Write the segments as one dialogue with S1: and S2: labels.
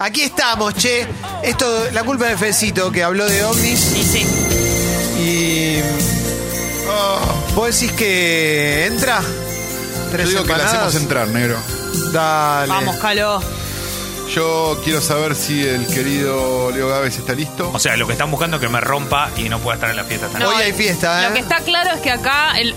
S1: Aquí estamos, che. Esto, la culpa de Fecito que habló de ovnis
S2: Y sí.
S1: y. oh, ¿Vos decís que entra?
S3: Yo
S1: ¿Tres
S3: digo que la
S1: empanadas?
S3: hacemos entrar, negro.
S1: Dale.
S2: Vamos, Calo.
S3: Yo quiero saber si el querido Leo Gávez está listo.
S4: O sea, lo que están buscando es que me rompa y no pueda estar en la fiesta.
S1: No. Hoy hay fiesta, ¿eh?
S2: Lo que está claro es que acá el,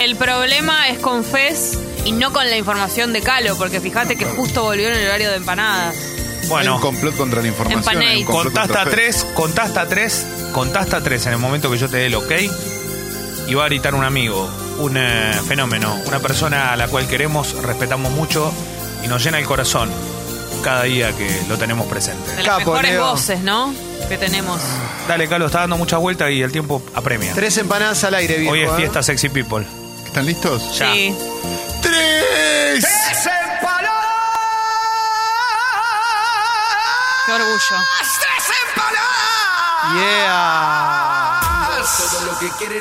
S2: el problema es con Fez y no con la información de Calo, porque fíjate que justo volvió en el horario de empanadas.
S3: Hay un
S4: Bueno,
S3: complot contra la información.
S2: Empanei.
S3: hay un complot
S4: contá hasta
S3: contra Fe.
S4: tres, contá hasta tres, contá hasta tres en el momento que yo te dé el ok y va a gritar un amigo, un eh, fenómeno, una persona a la cual queremos, respetamos mucho y nos llena el corazón cada día que lo tenemos
S2: De
S4: presente.
S2: las
S1: Capo,
S2: mejores
S1: Leo. Ah,
S2: voces, ¿no? Que tenemos.
S4: Dale, Carlos, está dando muchas vueltas y el tiempo apremia.
S1: Tres empanadas al aire, viejo.
S4: Hoy es
S1: ¿eh?
S4: fiesta sexy people.
S3: ¿Están listos?
S4: Ya.
S2: Sí.
S3: ¡Tres!
S2: Qué orgullo.
S1: Yeah.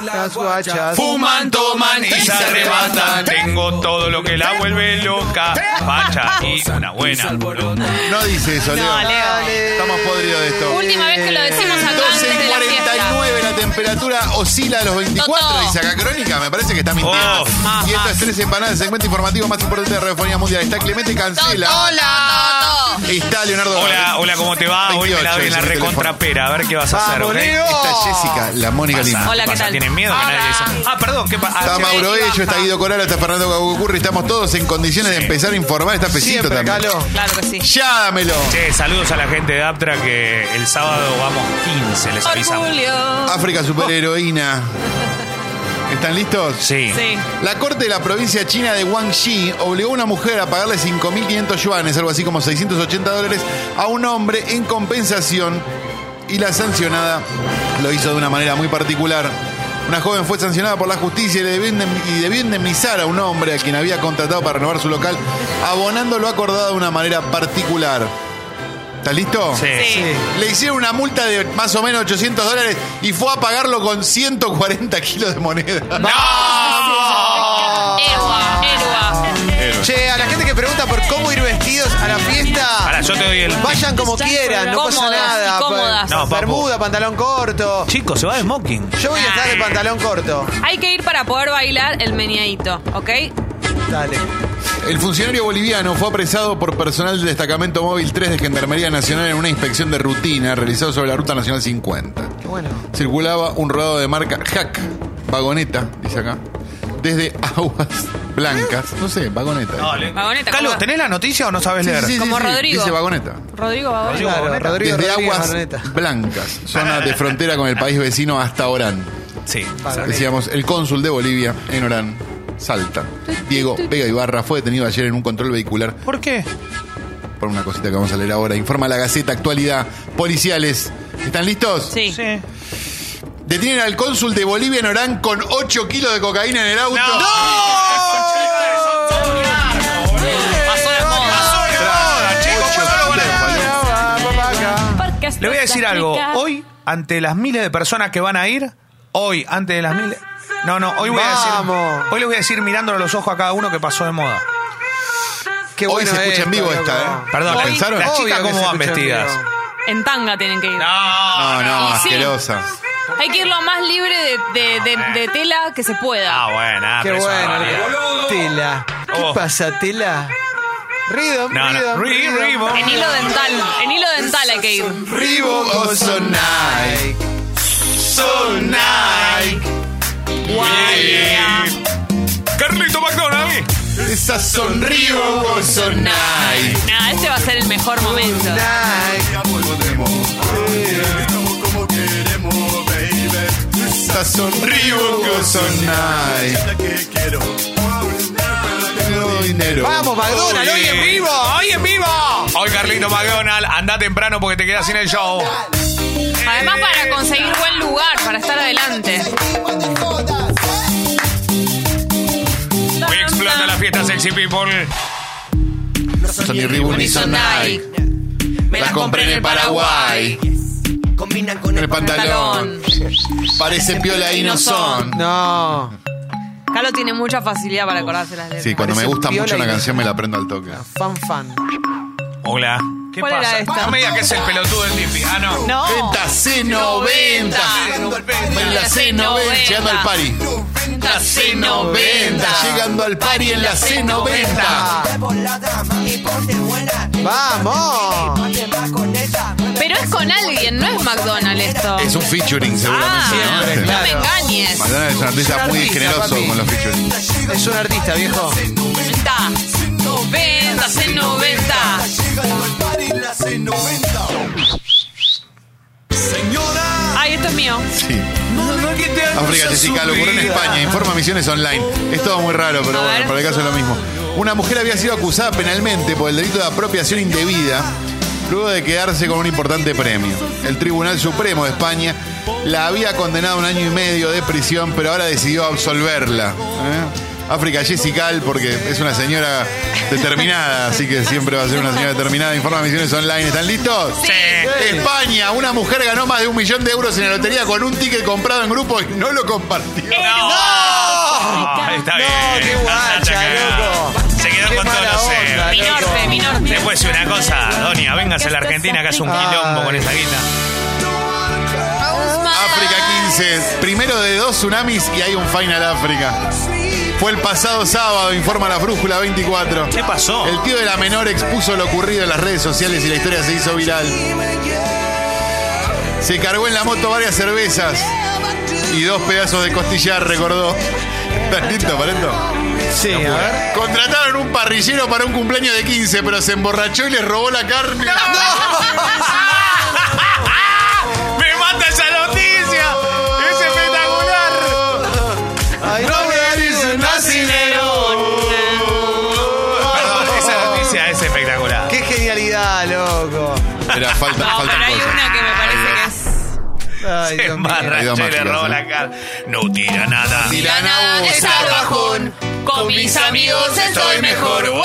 S1: Las guachas.
S4: Fuman, toman y se arrebatan. Tengo todo lo que la vuelve loca. Facha y una buena.
S3: No dice eso, Leo.
S2: No, Leo.
S3: Estamos podridos de
S1: Eh,
S3: esto.
S2: Última vez que lo decimos acá antes
S3: 12
S2: de
S3: y
S2: la fiesta.
S3: 49, la temperatura oscila a los 24,
S2: Toto.
S3: dice acá Crónica. Me parece que está mintiendo.
S4: Oh,
S3: y esto es tres empanadas, el segmento informativo más importante de la radiofonía mundial. Está Clemente Cancela.
S2: ¡Hola!
S3: Está Leonardo
S4: Hola,
S3: Gávez.
S4: hola, ¿cómo te va? Hoy me
S3: 28
S4: la doy en la
S3: es el teléfono.
S4: recontrapera. A ver qué vas a hacer,
S1: Vamos,
S4: ¿ok?
S1: Leo.
S2: Oh.
S3: Está Jessica, la Mónica Lima.
S2: Hola, ¿qué
S4: Pasa,
S2: tal?
S4: ¿Tienen miedo que nadie
S2: Hola.
S4: dice- Ah, perdón, ¿qué pasa?
S3: Está
S2: sí,
S3: Mauro
S2: sí,
S3: Bello, está
S2: baja.
S3: Guido Coral, está Fernando Cagurri. Estamos todos en condiciones de empezar a informar. Está Pesito
S1: Siempre,
S3: también.
S1: Calo.
S2: Claro que sí.
S3: Ya dámelo.
S4: Che, saludos a la gente de Aptra que el sábado vamos 15, les avisamos.
S2: Orgullo.
S1: Ah,
S3: África superheroína. ¿Están listos?
S4: Sí.
S2: Sí.
S3: La corte de la provincia china de Guangxi obligó a una mujer a pagarle 5.500 yuanes, algo así como 680 dólares, a un hombre en compensación y la sancionada lo hizo de una manera muy particular. Una joven fue sancionada por la justicia y, le debió indem- y debió indemnizar a un hombre a quien había contratado para renovar su local, abonando lo acordado de una manera particular. ¿Estás listo?
S1: Eh,
S4: Sí.
S2: Sí.
S3: Le hicieron una multa de más o menos 800 dólares y fue a pagarlo con 140 kilos de moneda.
S1: ¡No!
S2: Ah, Ewa, Ewa.
S1: Che, a la gente que pregunta por cómo ir vestidos a la fiesta.
S4: Ahora, yo te doy el.
S1: Vayan como quieran, no pasa
S2: Cómodas,
S1: nada. pues,
S2: y cómodas.
S4: No, papu.
S1: Bermuda, pantalón corto.
S4: Chicos, se va de smoking.
S1: Yo voy a estar de pantalón corto.
S2: Hay que ir para poder bailar el meneadito, ¿ok?
S1: Dale.
S3: El funcionario boliviano fue apresado por personal del destacamento móvil 3 de Gendarmería Nacional en una inspección de rutina realizada sobre la Ruta Nacional 50.
S1: Qué bueno.
S3: Circulaba un rodado de marca Hack, vagoneta, dice acá, desde Aguas Blancas. No sé, vagoneta.
S4: Dale.
S2: Vagoneta,
S4: Carlos,
S2: ¿cómo?
S4: ¿tenés la noticia o no sabes
S3: Sí,
S4: leer?
S3: sí, sí,
S2: Como
S3: sí,
S2: Rodrigo.
S3: Dice vagoneta.
S2: Rodrigo va a bailar.
S1: Claro,
S4: Vagoneta.
S1: Rodrigo
S3: desde
S1: Rodríguez Ah.
S3: Aguas
S1: Barneta.
S3: Blancas, zona de frontera con el país vecino hasta Orán.
S4: Sí.
S1: Vale.
S3: Decíamos, el cónsul de Bolivia en Orán, Salta. Diego Vega Ibarra fue detenido ayer en un control vehicular
S4: ¿Por qué?
S3: por una cosita que vamos a leer ahora. Informa la Gaceta Actualidad. Policiales. ¿Están listos?
S2: Sí.
S4: Sí.
S3: Detienen al cónsul de Bolivia en Orán con 8 kilos de cocaína en el auto.
S4: ¡No!
S2: Pasó de moda.
S4: Pasó de moda, chicos, pasó de moda. Le voy a decir algo. Hoy, ante las miles de personas que van a ir, hoy, ante las miles. No, no, hoy voy a
S1: Vamos.
S4: decir. Hoy les voy a decir mirándolo a los ojos a cada uno que pasó de moda.
S1: Qué
S3: Hoy
S1: bueno
S3: se escucha en vivo
S1: esto,
S3: esta,
S1: loco.
S3: ¿eh?
S4: Perdón,
S3: ¿Lo
S4: la-
S3: pensaron?
S4: las
S1: Obvio
S4: chicas
S1: que
S4: cómo
S1: se
S4: van
S1: escucha en
S4: vestidas.
S1: vivo.
S2: En tanga tienen que ir.
S3: No, no,
S2: Y sí.
S3: asquerosa.
S2: Hay que ir lo más libre de, de- de- de tela que se pueda.
S4: Ah, bueno, ah,
S1: Qué
S4: pero eso es
S1: bueno.
S4: barbaridad.
S1: Tela. ¿Qué
S4: Oh.
S1: pasa, Tela? Rhythm,
S4: No, no.
S1: rhythm,
S4: Ri-
S1: rhythm.
S4: rhythm.
S2: En hilo dental. En hilo dental hay que ir.
S3: Reebok o Sonai. Sonai.
S4: Carlito McDonald.
S3: Esa son Reebok o Sonai.
S2: Nah, este va a ser el mejor momento.
S1: Nike.
S3: Esa son Reebok o Sonai. Tengo dinero.
S1: Vamos, McDonald's, hoy en vivo.
S4: hoy en vivo. Hoy Carlito McDonald, anda temprano porque te quedas sin el show. Eh,
S2: Además, para conseguir buen lugar, para estar adelante.
S4: Hoy explota la fiesta Sexy People.
S3: Sony Reebok ni Sonai.
S2: Me
S3: Las compré en el Paraguay.
S5: Combinan con
S3: En el pantalón.
S2: Talón.
S3: Parecen piola y no son.
S1: No.
S2: Carlos tiene mucha facilidad para acordarse las letras.
S3: Sí, cuando me
S1: Parecen
S3: gusta
S1: piola y
S3: mucho una
S1: no
S3: canción me la prendo al toque.
S1: Fan, fan.
S4: Hola, ¿Qué
S2: ¿Cuál
S4: pasa?
S2: era este? esta?
S4: No me digas que es el pelotudo del Tipi. Ah, no.
S2: No.
S3: 90, C90. En la C90, llegando al pari.
S2: La
S3: llegando al pari en la C90.
S1: ¡Vamos!
S2: Pero es con alguien, no es McDonald's esto.
S3: Es un featuring,
S2: Ah,
S3: seguramente. ¿no?
S1: siempre,
S2: no
S1: claro.
S2: me engañes.
S3: Madonna es un artista muy
S1: Artista,
S3: generoso
S1: papi.
S3: con los featuring.
S1: Es un artista, viejo.
S2: 90, 90, 90. Ay, esto es mío.
S3: Sí. África Jessica, lo ocurrió en España, informa Misiones Online. Es todo muy raro, pero
S2: A
S3: bueno,
S2: ver.
S3: para el caso es lo mismo. Una mujer había sido acusada penalmente por el delito de apropiación indebida luego de quedarse con un importante premio. El Tribunal Supremo de España la había condenado a un año y medio de prisión, pero ahora decidió absolverla. ¿eh? África Jessica, porque es una señora determinada, así que siempre va a ser una señora determinada. Informa Misiones Online. ¿Están listos? España, una mujer ganó más de un millón de euros en la lotería con un ticket comprado en grupo y no lo compartió.
S4: No, está bien.
S1: No, qué guacha,
S4: Andate a
S1: loco.
S4: cagar. Se quedó
S1: Qué
S4: con todos
S1: mala
S4: los
S1: onda,
S4: ceros.
S2: Mi
S1: loco.
S2: norte, mi norte.
S4: Te puedo decir una cosa, Doña, véngase a la Argentina que hace un quilombo con esa guita.
S2: Ah,
S4: Ah,
S3: África 15, primero de dos tsunamis y hay un Final África. Fue el pasado sábado, informa la Brújula 24.
S4: ¿Qué pasó?
S3: El tío de la menor expuso lo ocurrido en las redes sociales y la historia se hizo viral. Se cargó en la moto varias cervezas y dos pedazos de costillar, recordó. ¿Estás listo, Parento?
S1: Sí, a ver.
S3: Contrataron un parrillero para un cumpleaños de 15, pero se emborrachó y les robó la carne.
S4: ¡Me mata esa noticia! ¡Es espectacular!
S1: Ay, no me dices
S4: Perdón, esa noticia es espectacular.
S1: ¡Qué genialidad, loco!
S3: Era falta,
S2: No,
S3: faltan
S2: pero hay
S3: cosas.
S2: una que me parece que es.
S1: Ay,
S4: Se
S1: Dios mío.
S4: embarra,
S3: Hay dos
S4: se le
S3: mafias,
S4: robó
S3: ¿eh?
S4: la cara. No tira nada.
S3: Tirana Usa.
S2: es salvajón. Con mis amigos estoy mejor. ¡Wow!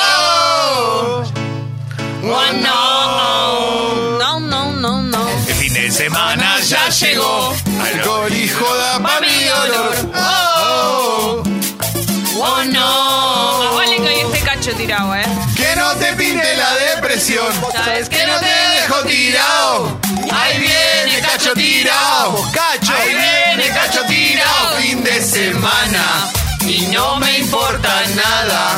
S2: Oh, no. No, no, no, no.
S4: El fin de semana ya llegó.
S3: Alcohol y joda pa' mi dolor. Oh,
S2: ¡Oh, no! Más vale que hoy este cacho tirado, ¿eh?
S3: que no te pinte la depresión.
S2: Sabes
S3: Que no te dejo tirado. Ahí viene cacho tirado.
S1: ¡Cacho!
S3: Ahí viene cacho tirado. Fin de semana.
S2: Y no me importa
S3: nada.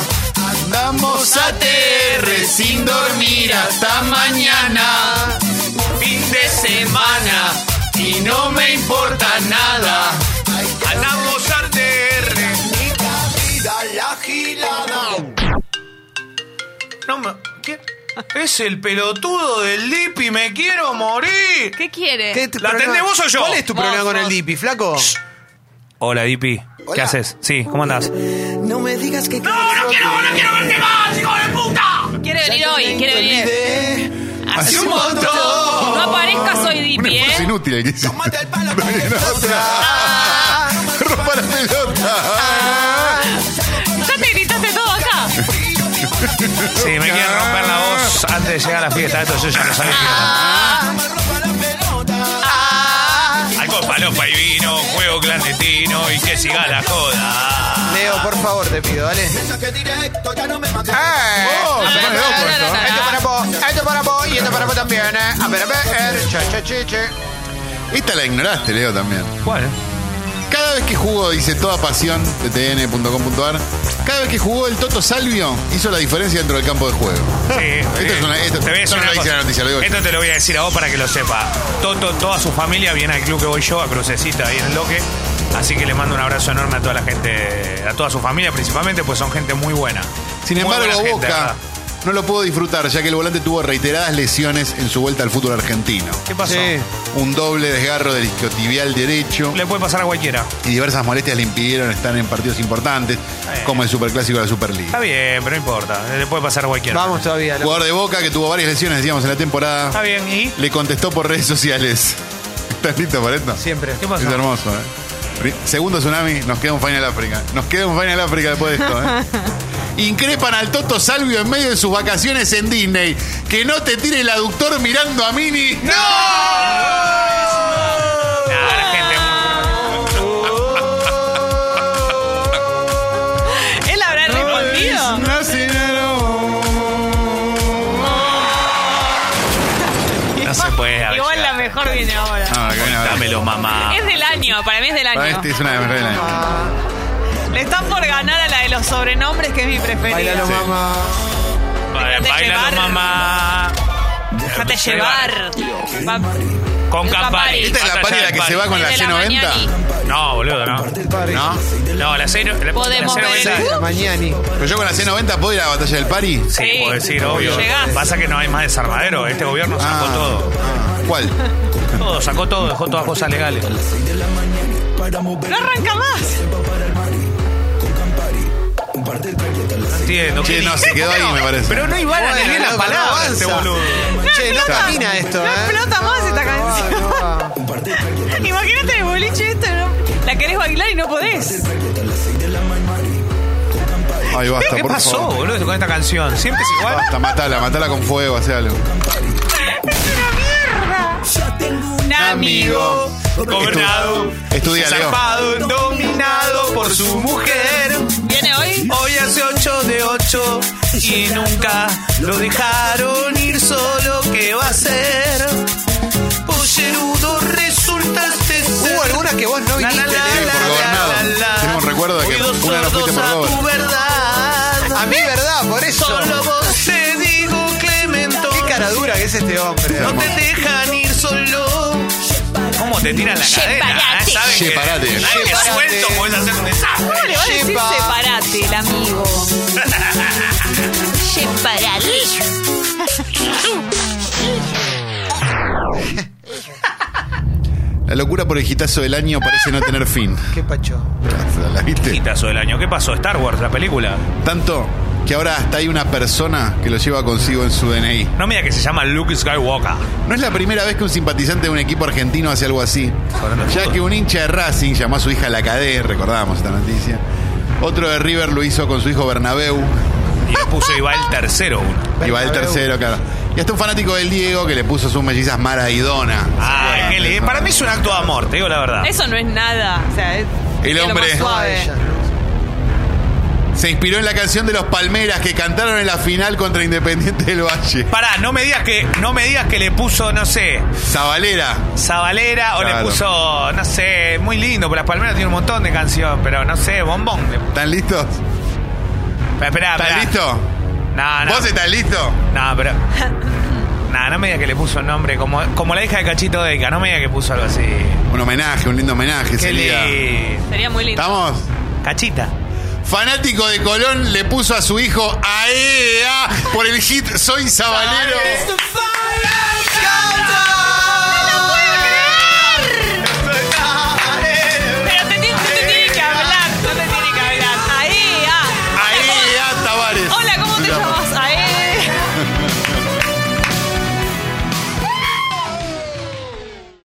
S3: Andamos a TR sin dormir hasta mañana.
S4: Fin de semana.
S3: Y no me importa nada.
S4: Andamos a TR. No me- ¿Qué? Es el pelotudo del Lipi, me quiero morir.
S2: ¿Qué quiere?
S1: ¿Qué tu
S4: ¿La
S1: problema-
S4: atendés vos o yo?
S1: ¿Cuál es tu
S2: Vos,
S1: problema con
S2: vos.
S1: el Dipi, flaco?
S4: Hola, Dipi. ¿Qué
S1: Hola.
S4: haces? Sí, ¿cómo andás?
S1: No me digas que.
S4: ¡No, no quiero, no quiero verte más, hijo de puta!
S2: Quiere venir hoy, quiere venir.
S3: Hace un montón.
S2: No aparezcas hoy,
S3: Un
S2: Dipi,
S3: esfuerzo
S2: ¿eh?
S3: inútil el que hizo. Ah. Rompa la pelota.
S2: Ya te gritaste todo acá.
S4: Sí, me quieren romper la voz antes de llegar a la fiesta. Esto yo ya lo sabía. Alcohol, palopa y vino, juego clandestino y que siga la joda.
S1: Leo, por favor, te pido, dale. ¡Eh!
S3: Oh, se pone loco esto, ¿eh?
S1: Esto para vos, esto para vos y esto para vos también, ¿eh? A ver, a ver. Che, che, che, che.
S3: Esta la ignoraste, Leo, también.
S4: ¿Cuál?
S3: Cada vez que jugó, dice toda pasión de tn.com.ar, cada vez que jugó el Toto Salvio hizo la diferencia dentro del campo de juego.
S4: Sí,
S3: Esto es una- esto-
S4: te voy a decir
S3: esto no
S4: una
S3: lo dice
S4: cosa.
S3: la noticia, lo digo yo.
S4: Esto te lo voy a decir a vos para que lo sepa. Toto, toda su familia viene al club que voy yo, a Crucecita, ahí en el Loque. Así que le mando un abrazo enorme a toda la gente, a toda su familia principalmente, pues son gente muy buena.
S3: Sin
S4: Muy
S3: embargo,
S4: buena gente,
S3: Boca
S4: ¿verdad?
S3: no lo pudo disfrutar, ya que el volante tuvo reiteradas lesiones en su vuelta al fútbol argentino.
S4: ¿Qué pasó?
S1: Sí.
S3: Un doble desgarro del isquiotibial derecho
S4: Le puede pasar a cualquiera.
S3: y diversas molestias le impidieron estar en partidos importantes,
S4: bien.
S3: como el Superclásico de la
S4: Está
S3: Superliga.
S4: bien, pero no importa. Le puede pasar a cualquiera.
S1: Vamos todavía, loco.
S3: Jugador de Boca que tuvo varias lesiones, decíamos, en la
S4: Está
S3: temporada,
S4: bien, ¿y?
S3: le contestó por redes sociales. ¿Estás listo para esto?
S1: Siempre.
S4: ¿Qué
S3: Es
S4: pasó?
S3: hermoso, ¿eh? Pri- Segundo tsunami, nos queda un Final África. Nos queda un Final África después de esto, ¿eh? Increpan al Toto Salvio en medio de sus vacaciones en Disney. Que no te tire el aductor mirando a Mini. ¡No!
S4: Nah, la gente es muy-
S2: ¿Él habrá respondido?
S3: No se
S4: puede
S2: Igual la mejor viene ahora.
S3: No, que viene ahora.
S4: Dámelo, mamá.
S2: Es del año, para mí es del
S3: Ah. Para
S2: año.
S3: este es una de mis reglas.
S2: Le están por ganar a la de los sobrenombres, que es mi preferida.
S1: Bailalo,
S3: Sí.
S1: mamá.
S2: Déjate
S4: Bailalo,
S2: llevar.
S4: mamá.
S2: Déjate llevar. Va-
S4: Con
S2: El Campari.
S4: Campari.
S3: Esta es la
S4: Batalla
S3: pari la
S4: del
S3: que se va con la
S2: Desde la
S3: C90.
S2: mañana.
S4: No, boludo, no.
S3: ¿No?
S4: No, la cero. La,
S2: Podemos
S4: la
S2: ver.
S4: cero
S1: Seis de la mañana.
S3: Pero yo con la C90 puedo ir a la batalla del pari.
S4: Sí,
S2: Sí.
S4: puedo decir, obvio.
S2: Llegás.
S4: Pasa que no hay más desarmadero. Este gobierno sacó
S3: ah,
S4: todo.
S3: ¿Cuál?
S4: Todo, sacó todo, dejó todas cosas legales.
S2: No arranca más.
S4: No entiendo.
S3: Che,
S4: ¿qué
S3: no,
S4: dice?
S3: se quedó ahí, me parece.
S4: Pero no iban ni
S1: Bueno,
S4: bien las
S1: loco, no
S4: palabras,
S1: avanza.
S4: este boludo.
S1: Che, no camina esto,
S2: No
S1: ¿eh?
S2: explota más esta canción.
S1: No va.
S2: Imagínate el boliche esto, no- la querés bailar y no podés.
S3: Ay, basta,
S4: ¿Qué
S3: por
S4: pasó,
S3: favor.
S4: boludo, con esta canción? Siempre es igual.
S3: Basta, matala, matala con fuego, hace algo.
S2: Un amigo.
S4: Gobernado,
S3: Estudia, Leo.
S4: zarpado, dominado por su mujer.
S2: ¿Viene hoy?
S4: Hoy hace 8 de 8 y nunca lo dejaron ir solo que va a ser. Pollerudo resultaste ser.
S1: Hubo algunas que vos no
S4: La, la,
S1: viniste,
S4: la,
S1: Leo.
S4: la,
S3: por gobernado.
S4: la, la, la.
S3: Tengo un recuerdo de que
S4: Oídos
S3: una no fuiste por
S4: sordos a
S3: gobernado.
S4: tu verdad.
S1: A mí, ¿verdad? Por eso.
S4: Solo
S1: Qué
S4: vos te digo, Clemento.
S1: cara dura que es este hombre.
S4: No te dejan ir solo. ¿Cómo te tiran la
S2: Separate.
S4: cadena? eh? ¿Saben que
S3: Separate.
S4: Nadie
S1: Separate.
S4: suelto podés hacer un desastre.
S2: ¿Cómo le va a decir
S1: Yepa.
S2: separate el amigo? Separate.
S3: La locura por el hitazo del año parece no tener fin.
S1: ¿eh? Qué pacho.
S3: ¿La viste?
S4: Hitazo del año. ¿Qué pasó? Star Wars, la película.
S3: Tanto que ahora hasta hay una persona que lo lleva consigo en su DNI.
S4: No mira que se llama Luke Skywalker.
S3: No es la primera vez que un simpatizante de un equipo argentino hace algo así.
S4: Hablando de
S3: Ya
S4: fútbol.
S3: que un hincha de Racing llamó a su hija la cadena, recordamos esta noticia. Otro de River lo hizo con su hijo Bernabéu.
S4: Y le puso Iba el tercero.
S3: Y va el
S1: Bernabéu.
S3: tercero, claro. Y hasta un fanático del Diego que le puso sus mellizas Maradona.
S4: Ah, qué le- Para mí es un acto de amor, te digo la verdad.
S2: Eso no es nada. O sea, es
S3: El
S2: es lo
S3: hombre.
S2: más suave.
S1: Ella.
S3: Se inspiró en la canción de los Palmeras que cantaron en la final contra Independiente del Valle.
S4: Pará, no me digas que, no me digas que le puso, no sé,
S3: Zabalera.
S4: Zabalera o
S3: Claro.
S4: le puso, no sé, muy lindo, porque las palmeras tiene un montón de canción, pero no sé, bombón.
S3: ¿Están listos?
S4: Ah, Esperá, esperá.
S3: ¿Están
S4: esperá.
S3: listos?
S4: No, no.
S3: ¿Vos estás listo?
S4: No, pero. No, no me digas que le puso un nombre, como, como la hija de Cachito Deca, no me digas que puso algo así.
S3: Un homenaje, un lindo homenaje
S4: Qué
S3: sería.
S4: lindo.
S2: Sería muy lindo.
S3: ¿Estamos?
S4: Cachita.
S3: Fanático de Colón le puso a su hijo AEA por el hit Soy Sabalero.
S2: ah.